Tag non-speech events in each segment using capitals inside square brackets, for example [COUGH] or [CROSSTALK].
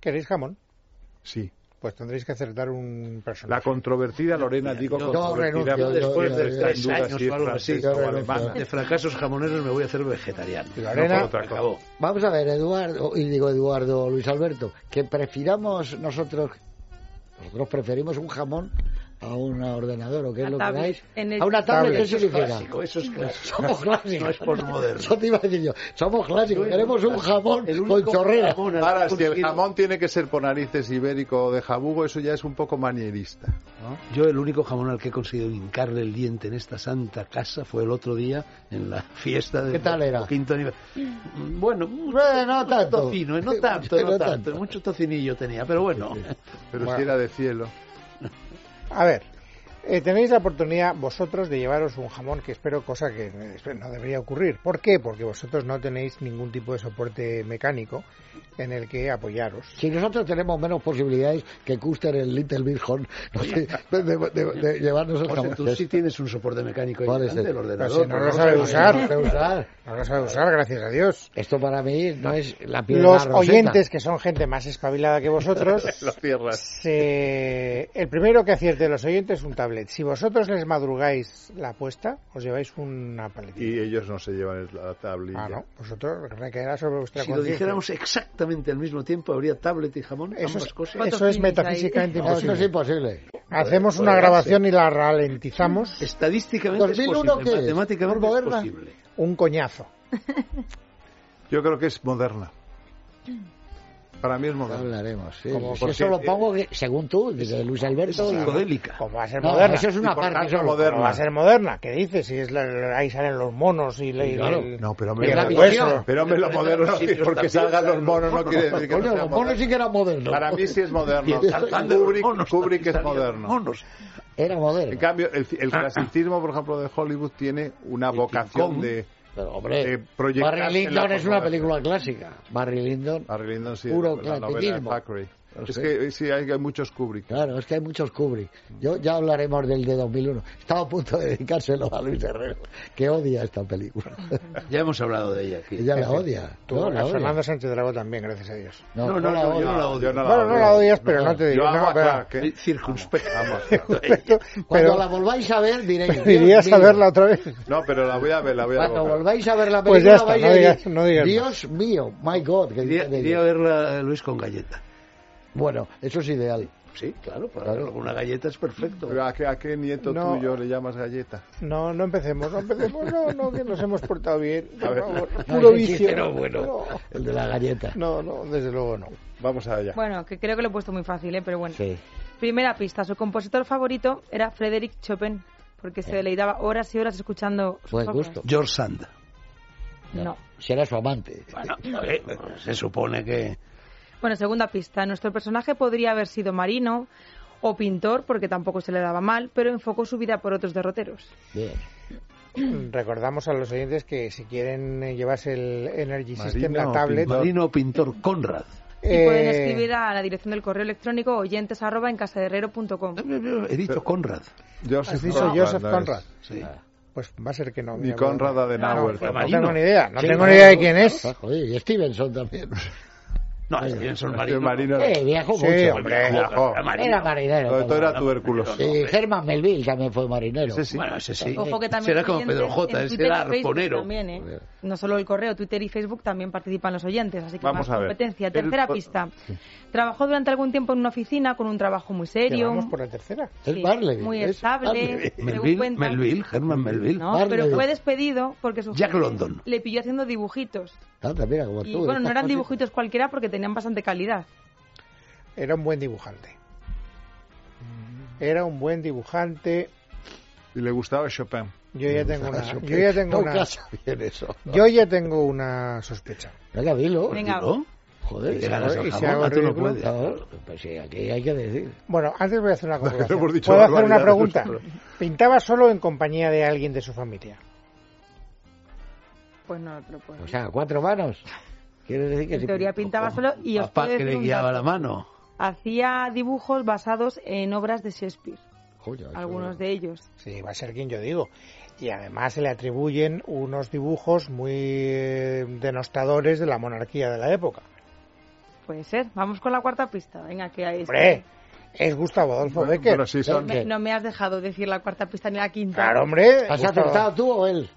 ¿Queréis jamón? Sí. Pues tendréis que acertar un La personaje. controvertida Lorena, Yo- digo yo controvertida renuncio, yo- después yo- de yo- estar en tres duda años si es o algo así, francesa yo o renuncio. alemana. De fracasos jamoneros me voy a hacer vegetariano. Lorena, otra cosa. Acabó. Vamos a ver, Eduardo, y digo Eduardo, Luis Alberto, que prefiramos nosotros, nosotros preferimos un jamón a un ordenador, ¿o qué es A lo que tablet, dais? en el- A una tablet, Tablet, ¿qué eso Eso es significa? clásico, eso es clásico. Somos clásicos. [LAUGHS] No es Eso postmoderno. te iba a decir yo. Somos clásicos. Queremos un jamón El único con chorrera. jamón al- Ahora, si el conseguido- jamón tiene que ser por narices ibérico o de jabugo, eso ya es un poco manierista. Yo el único jamón al que he conseguido hincarle el diente en esta santa casa fue el otro día en la fiesta de ¿Qué tal era? quinto nivel. Mm, Bueno, mucho, Eh, no mucho tanto. tocino, eh, no tanto, no, No tanto. tanto. mucho tocinillo tenía, pero bueno. Pero Bueno. si era de cielo. [LAUGHS] A ver, eh, tenéis la oportunidad vosotros de llevaros un jamón, que espero, cosa que eh, espero no debería ocurrir. ¿Por qué? Porque vosotros no tenéis ningún tipo de soporte mecánico en el que apoyaros. Si nosotros tenemos menos posibilidades que Custer en Little Big Horn no sé, de, de- de- de llevarnos el José, jamón. tú sí tienes un soporte mecánico ¿Cuál ahí es delante el? del ordenador. Pero si no lo ¿no? sabe No usar. sé usar. No lo sabes usar, gracias a Dios. Esto para mí no es la piedra Los roseta. oyentes, que son gente más espabilada que vosotros, [LAUGHS] Las tierras. se- el primero que acierte de los oyentes es un tablet. Si vosotros les madrugáis la apuesta, os lleváis una paletita. Y ellos no se llevan el- la tablilla. Ah, no, vosotros recaerá sobre vuestra Si lo conciencia. dijéramos exactamente al mismo tiempo, habría tablet y jamón, Eso ambas es, cosas. ¿Cuántos eso es clics metafísicamente [LAUGHS] hay? No, eso es imposible. imposible. Hacemos una grabación y la ralentizamos Estadísticamente es 2001 posible, ¿qué es? matemáticamente ¿Por es moderna? posible. un coñazo. Yo creo que es moderna. Para mí es Ya moderna. hablaremos. sí. Como Ah, Si porque- eso lo pongo, que- según tú, de Luis Alberto. Psicodélica. Como va a ser No, moderna. eso es una Y por parte tanto, solo. moderna. Como va a ser moderna. ¿Qué dices? Si es la- la- ahí salen los monos y, la- y Claro. el- No, pero y me el la hueso. visión. Pero hombre, lo Pero moderno, los sitios porque también salgan los salen monos no quiere decir que no Coño, sea lo pones moderno. sí que era moderno. Para mí sí es Y [LAUGHS] moderno. el Tarzán de los Kubrick, monos, Kubrick es Tarzán de los moderno. monos. Era En moderno. cambio, el, Ah, el clasicismo, por ejemplo, de Hollywood tiene una El King vocación Kong. de... Pero, hombre, eh, proyectarse Barry en la Lyndon es una fotografía. película clásica. Barry Lyndon. Barry Lyndon, sí, la Puro novela de clasicismo. Thackeray. No Es sé. que sí, hay, hay muchos Kubrick. Claro, es que hay muchos Kubrick. Yo ya hablaremos del de 2001. Estaba a punto de dedicárselo a Luis Herrero, que odia esta película. Ya hemos hablado de ella aquí. Ella la odia. Tú, no, la a odia. Fernando Sánchez Dragó también, gracias a Dios. No, No, no no, la no, odia. yo no la odio. Yo no la bueno, no odio. la odias, pero no, te digo. Yo amo no, a pero- Clark, ¿eh? Circunspecto. Amo a Clark. [LAUGHS] pero, Cuando [LAUGHS] la volváis a ver, diréis. pero Dios irías a mío. verla otra vez. No, pero la voy a ver, la voy a Cuando ver. volváis a ver la Pues película, ya está, vais no a digas- decir, no digas Dios mío, my God. que Quería, dicen ellos. quería verla eh, Luis con galleta. Bueno, eso es ideal. Sí, claro, para Claro. verlo con una galleta es perfecto. ¿A qué, a qué nieto No. tuyo le llamas galleta? No, no empecemos, no empecemos, no, no, que nos hemos portado bien. A Por ver. favor, No, [LAUGHS] puro el vicio. hechicero, bueno, el de la galleta. No, no, desde luego no. Vamos allá. Bueno, que creo que lo he puesto muy fácil, ¿eh? pero bueno. Sí. Primera pista, su compositor favorito era Frédéric Chopin, porque se deleitaba horas y horas escuchando sus Buen obras. Eh. Pues gusto. George Sand. No. Si era su amante. Bueno, eh, se supone que... Bueno, segunda pista, nuestro personaje podría haber sido marino o pintor, porque tampoco se le daba mal, pero enfocó su vida por otros derroteros. Bien. Recordamos a los oyentes que si quieren eh, llevarse el Energy Marino System, la o tablet, pintor. Marino pintor Conrad. Y pueden eh, escribir a la dirección del correo electrónico oyentes arroba en casaderrero.com. He dicho Conrad. Joseph ¿Has dicho Conrad, Joseph ¿no es? Conrad? Sí. Pues va a ser que no. Ni mira, Conrad bueno. Adenauer. fue No Marino. tengo ni idea, no Sí, tengo no, ni idea de quién es. Ah, joder, y [LAUGHS] Stevenson también. No, es Jenson Marino. Marino. Marino. Eh, viajó Sí, mucho. hombre. Viajó. Era Marino. Era marinero. Sobre todo era todo. tuberculoso. Y Germán Melville también fue marinero. Ese sí. Bueno, ese sí. Ojo que también Eh, Será los como oyentes Pedro J, en ese Twitter era y Facebook arponero. también, ¿eh? No solo el correo, Twitter y Facebook también participan los oyentes, así que Vamos más a ver. competencia. El- Tercera pista. Trabajó durante algún tiempo en una oficina con un trabajo muy Que serio. vamos por la tercera. Es sí, Barley, Muy es Barley. estable. según Eh, Melville, cuentan. Melville, Germán Melville. [LAUGHS] No, Barley. pero fue despedido porque su Jack jefe London. le pilló haciendo dibujitos. Anda, mira, como Y tú, bueno, no estas eran cositas. dibujitos cualquiera porque tenían bastante calidad. Era un buen dibujante. Era un buen dibujante. Y le gustaba Chopin. Yo ya tengo una. Eso que- Yo ya tengo Nunca una. sabían eso. Yo ya tengo una sospecha. Venga, dilo. Venga. ¿No? Joder, Te ganas joder, el y se jamón, hago ah, tú no ridículo. puedes. Claro, Pues sí, aquí hay que decir. Bueno, antes voy a hacer una no [LAUGHS] hemos comparación. dicho Puedo hacer una barbaridades, pregunta. Pintaba solo en compañía de alguien de su familia. Pues no, te lo puedo O decir. sea, cuatro manos. Quiere decir que En si- teoría pintaba solo y os Papá puedo que le decir un guiaba dato. la mano. Hacía dibujos basados en obras de Shakespeare, Coño, eso- algunos de ellos. Sí, va a ser quien yo digo. Y además se le atribuyen unos dibujos muy eh, denostadores de la monarquía de la época. puede ser. Vamos con la cuarta pista. Venga, que ahí ¡Hombre! Es Gustavo Adolfo Bueno, Becker. pero sí son- Me- no me has dejado decir la cuarta pista ni la quinta. Claro, hombre. ¿Has Gustavo- acertado tú o él?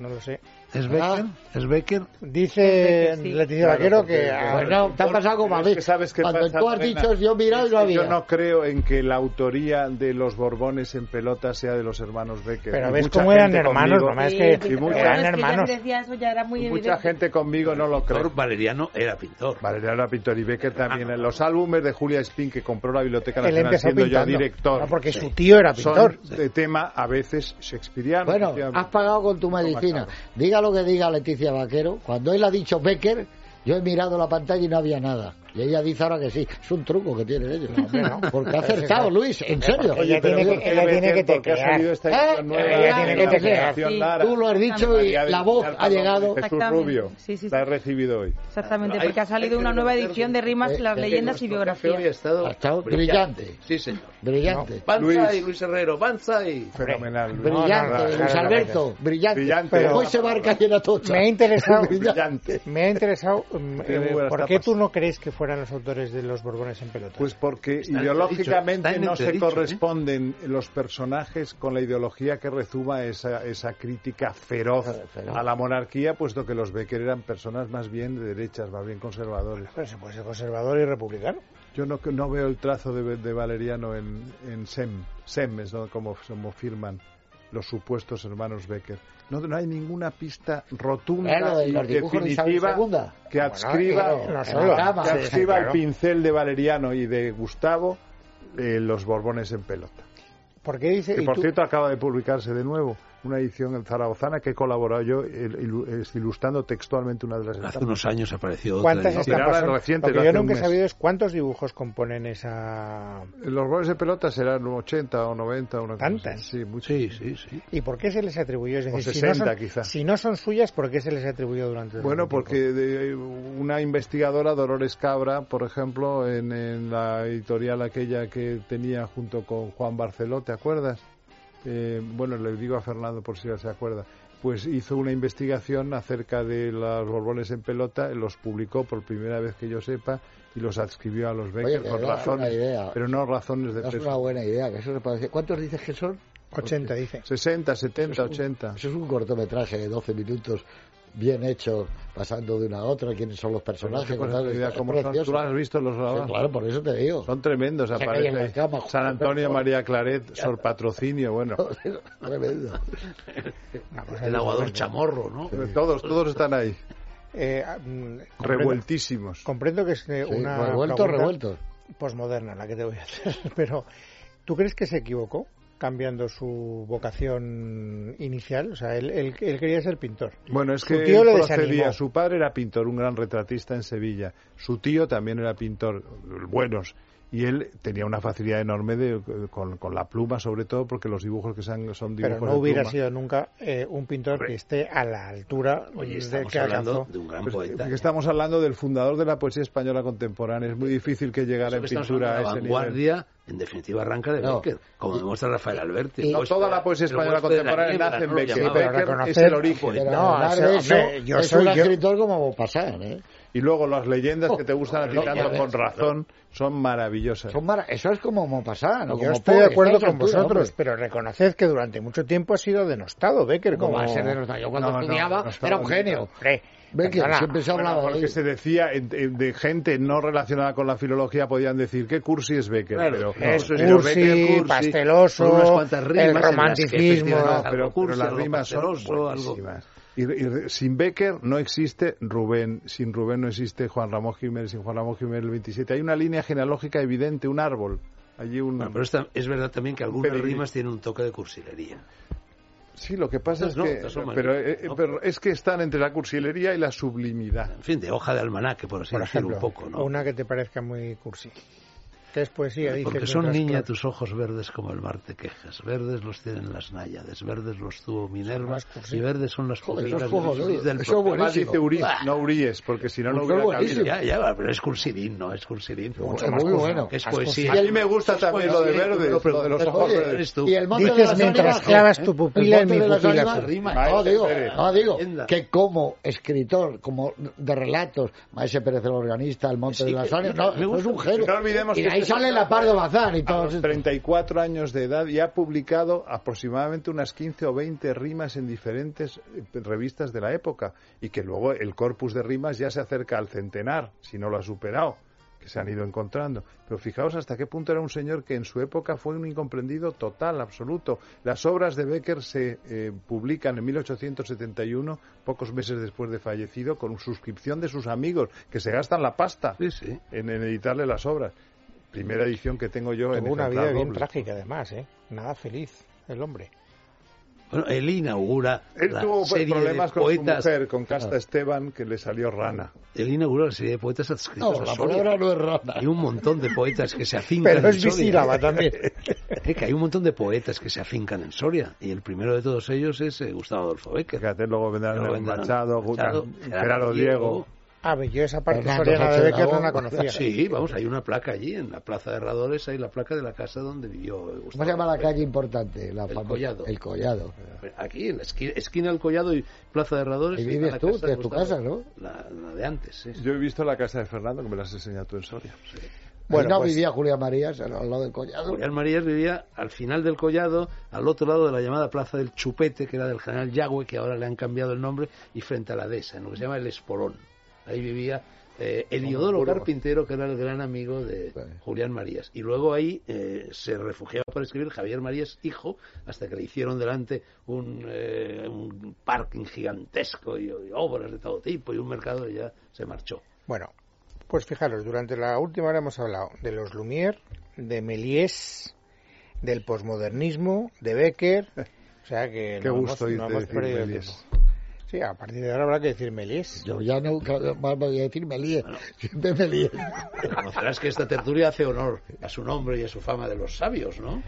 No lo sé. ¿Es Becker? ¿Es Becker? Dice Es Becker, sí. Leticia Claro, Vaquero porque- que... ah, porque- Bueno, te ha pasado como a Pero mí. es que sabes qué Cuando pasa, tú has Elena, dicho, yo mirado y no es que había. Yo no creo en que la autoría de los Borbones en pelota sea de los hermanos Becker. Pero Y ves mucha cómo eran gente hermanos, conmigo- nomás Sí, que sí, y mucha- pero eran es que ya hermanos. decía eso, ya era muy y evidente. Mucha gente conmigo no lo cree. Thor Valeriano era pintor. Valeriano era pintor y Becker también. En los álbumes de Julia Spin que compró la Biblioteca Él Nacional empezó siendo pintando. ya director. No, porque su tío era [LAUGHS] pintor. Son de tema a veces shakespeariano. Bueno, efectivamente. has pagado con tu medicina. Macabro. Diga lo que diga Leticia Vaquero. Cuando él ha dicho Becker, yo he mirado la pantalla y no había nada. Y ella dice ahora que sí. Es un truco que tienen ellos. [LAUGHS] Porque ha acertado, Luis, en serio. Oye, Pero tiene ¿por que- qué ella tiene Becker? que ¿Por qué ha teclear. salido esta ¿Eh? edición nueva Ella de la tiene que Fundación teclear. Lara? Tú lo has dicho y María de la voz Pilar ha Paloma, llegado. Jesús Exactamente. Rubio. Sí, sí, sí. La he recibido hoy. Exactamente, Hay- porque ha salido hay que una nueva reconocer edición que- de rimas, eh, las eh, leyendas y biografía biografías. estado, Ha estado brillante. Sí, señor. Brillante. Banzai, Luis. Luis Herrero, Banzai. Fenomenal. Luis. Brillante, no, no, Luis no, no, Alberto. Brillante. Brillante. Pero- Hoy se barca llena tocha. Me ha [LAUGHS] interesado... Brillante. Me ha interesado, mm, Qué eh, muy buenas ¿por qué tapas. tú no crees que fueran los autores de los Borbones en pelota? Pues porque Está en entredicho, ideológicamente está en no se entredicho, ¿eh? corresponden los personajes con la ideología que rezuma esa, esa crítica feroz Feroz. a la monarquía, puesto que los Becker eran personas más bien de derechas, más bien conservadores. Pero se puede Pues, ser conservador y republicano. Yo no, no veo el trazo de, de Valeriano en, en Sem. Sem es ¿no? como, como firman los supuestos hermanos Becker. No, no hay ninguna pista rotunda Claro, en y los dibujos de Isabel definitiva II. que adscriba claro, no en la solo. cama. que Sí, adscriba claro. el pincel de Valeriano y de Gustavo eh, los Borbones en pelota. ¿Por qué dice? Que y por tú- cierto acaba de publicarse de nuevo una edición en zaragozana que he colaborado yo el- ilu- es- ilustrando textualmente una de las Hace etapas. unos años apareció otra. ¿Cuántas edición. Pero ahora estampas son? reciente, Lo que de yo hace un nunca he mes. sabido es cuántos dibujos componen esa... Los Borbones en pelota serán 80 o 90. Una cosa ¿Tantas? así. Sí, muchas. Sí, sí, sí. ¿Y por qué se les atribuyó? Es O decir, 60 si, no son, quizá. si no son suyas, ¿por qué se les atribuyó durante tanto Bueno, tiempo? porque de- una investigadora, Dolores Cabra, por ejemplo, en, en la editorial aquella que tenía junto con Juan Barceló, ¿te acuerdas? Eh, bueno, le digo a Fernando por si se acuerda. Pues hizo una investigación acerca de los borbones en pelota, los publicó por primera vez que yo sepa y los adscribió a los Becker que con da una razones, idea. pero no razones de Es una peso. buena idea. Que eso se puede hacer. ¿Cuántos dices que son? 80, dice. 60, 70, 80. Eso es un cortometraje de 12 minutos bien hecho, pasando de una a otra, quiénes son los Pero no personajes. sé con tal, seguridad es cómo son. precioso. ¿Tú has visto los Sí, grabados? claro, por eso te digo. Son tremendos, sea, que aparece hay en la cama, San Antonio, joder. María Claret, Sor Patrocinio, [LAUGHS] bueno, [LAUGHS] Tremendo. Una cosa El de- aguador chamorro, ¿no? todos, todos están ahí, Eh, ah, mm, comprendo- revueltísimos. Comprendo que es eh, Sí, una revuelto, pregunta revuelto. posmoderna la que te voy a hacer, [LAUGHS] pero ¿tú crees que se equivocó cambiando su vocación inicial? O sea, él, él- él quería ser pintor. Bueno, es Su que tío él le procedía, desanimó. su padre era pintor, un gran retratista en Sevilla, su tío también era pintor, buenos, y él tenía una facilidad enorme de- con, con la pluma, sobre todo, porque los dibujos que son, son dibujos Pero no de hubiera pluma. sido nunca eh, un pintor que esté a la altura Oye, de- estamos que hablando alcanzó. de un gran Pero Pues, es que- poeta. que Eh, estamos hablando del fundador de la poesía española contemporánea, es muy difícil que llegara en Estamos hablando pintura a de ese la nivel. vanguardia, en definitiva, arranca de No. Becker, como demuestra Rafael Alberti. Pues, y- El No huésped- toda la poesía el española huésped de la contemporánea niebla, nace en ¿no? Lo Becker. Sí, llamaba. pero Becker es reconocer- el Pero origen. No, hablar eso- de eso hombre, yo es soy- un yo- escritor como Pasan, ¿eh? Y luego las leyendas que Oh, te gustan a ti no, tanto, ya ves, con razón, son maravillosas. Son mara- Eso es como Maupassant. o Yo como estoy Poe, de acuerdo está a con esa altura, vosotros, pero reconoced que durante mucho tiempo ha sido denostado Becker hombre. ¿Cómo como va a [LAUGHS] ser de los Yo cuando No, no, estudiaba no está era un bonito. genio. Hombre, Becker, perdona. siempre se Bueno, hablaba de porque él. se decía en- en- de gente no relacionada con la filología podían decir que cursi es Becker Claro, pero, es no, pero- pero cursi, Becker, pasteloso, con unas cuantas rimas el en las que romanticismo. efectivamente No, no, algo pero- pero cursi, las algo rimas son pasteloso, algo- buenísimas. Y, y sin Becker no existe Rubén, sin Rubén no existe Juan Ramón Jiménez, sin Juan Ramón Jiménez el 27. Hay una línea genealógica evidente, un árbol. Allí un... Bueno, Ah, pero esta- es verdad también que algunas Pero- rimas tienen un toque de cursilería. Sí, lo que pasa Estas es no, que... estas son más pero, lindas, eh, ¿no? pero es que están entre la cursilería y la sublimidad. En fin, de hoja de almanaque, por así por decirlo ejemplo, un poco, ¿no? una que te parezca muy cursi. que es poesía, dice. Porque que son mientras- niña tus ojos verdes como el mar te quejas. Verdes los tienen las náyades, verdes los tuvo Minerva las cursi- y verdes son las Joder, pupillas esos juegos, del- ¿no? del Eso es Además buenísimo. dice Uriz, Ah. no Uríes, porque si no, no Pues hubiera es buenísimo. cabido. Ya, ya, pero es cursivín, no es cursivín. Mucho más Muy bueno. Es Más poesía. A mí me gusta también lo de verde, lo de los ojos Oye, verdes. eres tú. Y el monte de Dices las mientras ánimas, clavas ¿eh? tu pupila El en monte mi de las pupila. ánimas, cursi. rima. No, digo, Pérez. no, digo Entienda. que como escritor, como de relatos, Maese Pérez el organista, el monte Sí, de las que- ánimas, no, me no es gusta. un genio. No olvidemos y que ahí este Ah, sale señor- la Pardo Bazán y A todos los estos. 34 años de edad y ha publicado aproximadamente unas 15 o 20 rimas en diferentes eh, revistas de la época y que luego el corpus de rimas ya se acerca al centenar, si no lo ha superado, que se han ido encontrando. Pero fijaos hasta qué punto era un señor que en su época fue un incomprendido total, absoluto. Las obras de Becker se eh, publican en 1871, pocos meses después de fallecido, con suscripción de sus amigos, que se gastan la pasta Sí, sí. en, en editarle las obras. Primera edición que tengo yo en Tuvo una vida ejemplar bien doble. trágica, además, ¿eh? Nada feliz, el hombre. Bueno, él inaugura Él la tuvo pues, serie de problemas con poetas. Ah. su mujer, con Casta Esteban, que le salió rana. Él inaugura la serie de poetas adscritos No, a la Soria. palabra no es rana. Hay un montón de poetas que se [LAUGHS] afincan Pero en es Soria. bisílaba también. Eh, que hay un montón de poetas que se afincan en Soria. Y el primero de todos ellos es eh, Gustavo Adolfo Becker. Fíjate, luego vendrán Luego León vendrán Machado, Machado, Gu- Gerardo Gerardo Diego. Diego. Ah, pues yo esa parte Fernando soriana de Sánchez Becker no Dragón. la conocía. Sí, vamos, hay una placa allí, en la plaza de Herradores, hay la placa de la casa donde vivió eh, Gustavo. ¿Cómo se llama la calle importante? La El famosa- Collado. Eh, El Collado. Aquí, en la esquina, esquina del Collado y plaza de Herradores. Ahí está vives la tú, casa de es tu Gustavo. casa, ¿no? La, la de antes, sí. Yo he visto la casa de Fernando, que me la has enseñado tú en Soria. Bueno, Bueno, no pues- vivía Julia Marías al al lado del Collado. Julián Marías vivía al final del collado, al otro lado de la llamada Plaza del Chupete, que era del general Yagüe, que ahora le han cambiado el nombre, y frente a la dehesa, en lo que se llama el Esporón. Ahí vivía eh, Heliodoro Burgos. Carpintero, que era el gran amigo de Vale. Julián Marías. Y luego ahí eh, se refugiaba para escribir Javier Marías, hijo, hasta que le hicieron delante un, eh, un parking gigantesco y, y obras de todo tipo y un mercado y ya se marchó. Bueno, pues fijaros, durante la última hora hemos hablado de los Lumière, de Méliès, del posmodernismo, de [LAUGHS] Becker. O sea que Qué no hemos, gusto no irte hemos decir perdido Méliès. tiempo. Sí, a partir de ahora habrá que decir Méliès. Yo ya no más voy a decir Melie. [LAUGHS] Siempre Melie. Reconocerás que esta tertulia hace honor a su nombre y a su fama de los sabios, ¿no?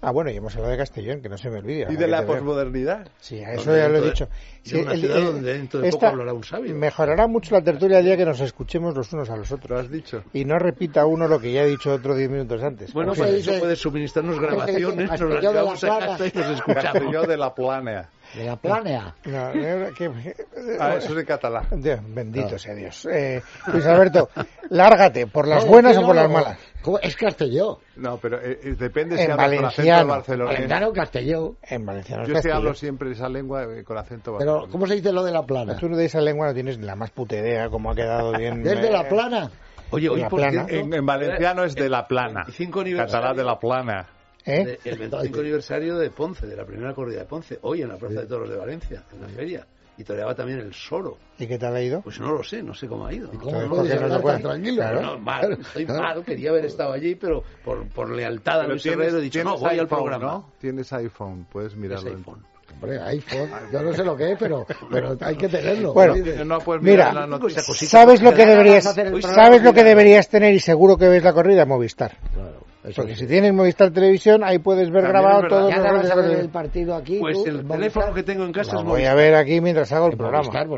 Ah, bueno, y hemos hablado de Castellón, que no se me olvide. Y ahora de que la te veo. posmodernidad. Sí, a eso ya lo he Dentro de- dicho. de Sí, una ciudad donde dentro de poco hablará un sabio. Mejorará mucho la tertulia el día que nos escuchemos los unos a los Lo otros. has dicho. Y no repita uno lo que ya ha dicho otro diez minutos antes. Bueno, Como pues se eso dice- puedes suministrarnos grabaciones, nos Castelló las de la llevamos a Plana. casa y nos Castelló escuchamos. de la Planea. De la planea. No, eh, que- [LAUGHS] Ah, eso es de catalán. Dios, bendito Ah. sea Dios. Eh, Luis [LAUGHS] Alberto, lárgate, por las buenas o por las malas. ¿Cómo? Es Castelló. No, pero eh, eh, depende si En hablas con acento valenciano. barcelonés. Valenciano Castelló. En valenciano es Yo sí castellano. hablo siempre esa lengua eh, con acento Pero, barcelonés. ¿cómo se dice lo de la plana? Tú de esa lengua no tienes ni la más puta idea cómo ha [LAUGHS] quedado bien. ¿Desde eh, la plana? Oye, hoy La por plana. cierto, En, en valenciano es de la Plana. 25 Catalán de aniversario, la Plana. ¿eh? Pues de- el 25 aniversario de Ponce, de la primera corrida de Ponce, hoy en la Plaza de Toros de Valencia, en la feria. Y toreaba también el Soro. ¿Y qué tal ha ido? Pues no lo sé, no sé cómo ha ido. ¿Cómo Entonces, me ¿por puedes qué no hablar lo cuentas? tan tranquilo? eh? Claro. no? No, mal, estoy mal, quería haber estado allí, pero por, por lealtad a Pero Luis Herrero he dicho, no, voy al iPhone, programa. ¿no? Tienes iPhone, puedes Es mirarlo. en- iPhone. Hombre, iPhone. Yo no sé lo que es, pero, pero hay que tenerlo. Bueno, No, no pues puedes Mira, mirar la noticia. pues esa cosita ¿Sabes lo que Ahora deberías, vas a hacer el programa sabes lo que de- deberías tener y seguro que ves la corrida? Movistar. Claro, eso Porque sí. si tienes Movistar Televisión, ahí puedes ver También es grabado verdad. todo Ya lo te vas a ver que el partido aquí. Pues tú, el Movistar. teléfono que tengo en casa Lo es voy móvil. a ver aquí mientras hago el Movistar, programa. pues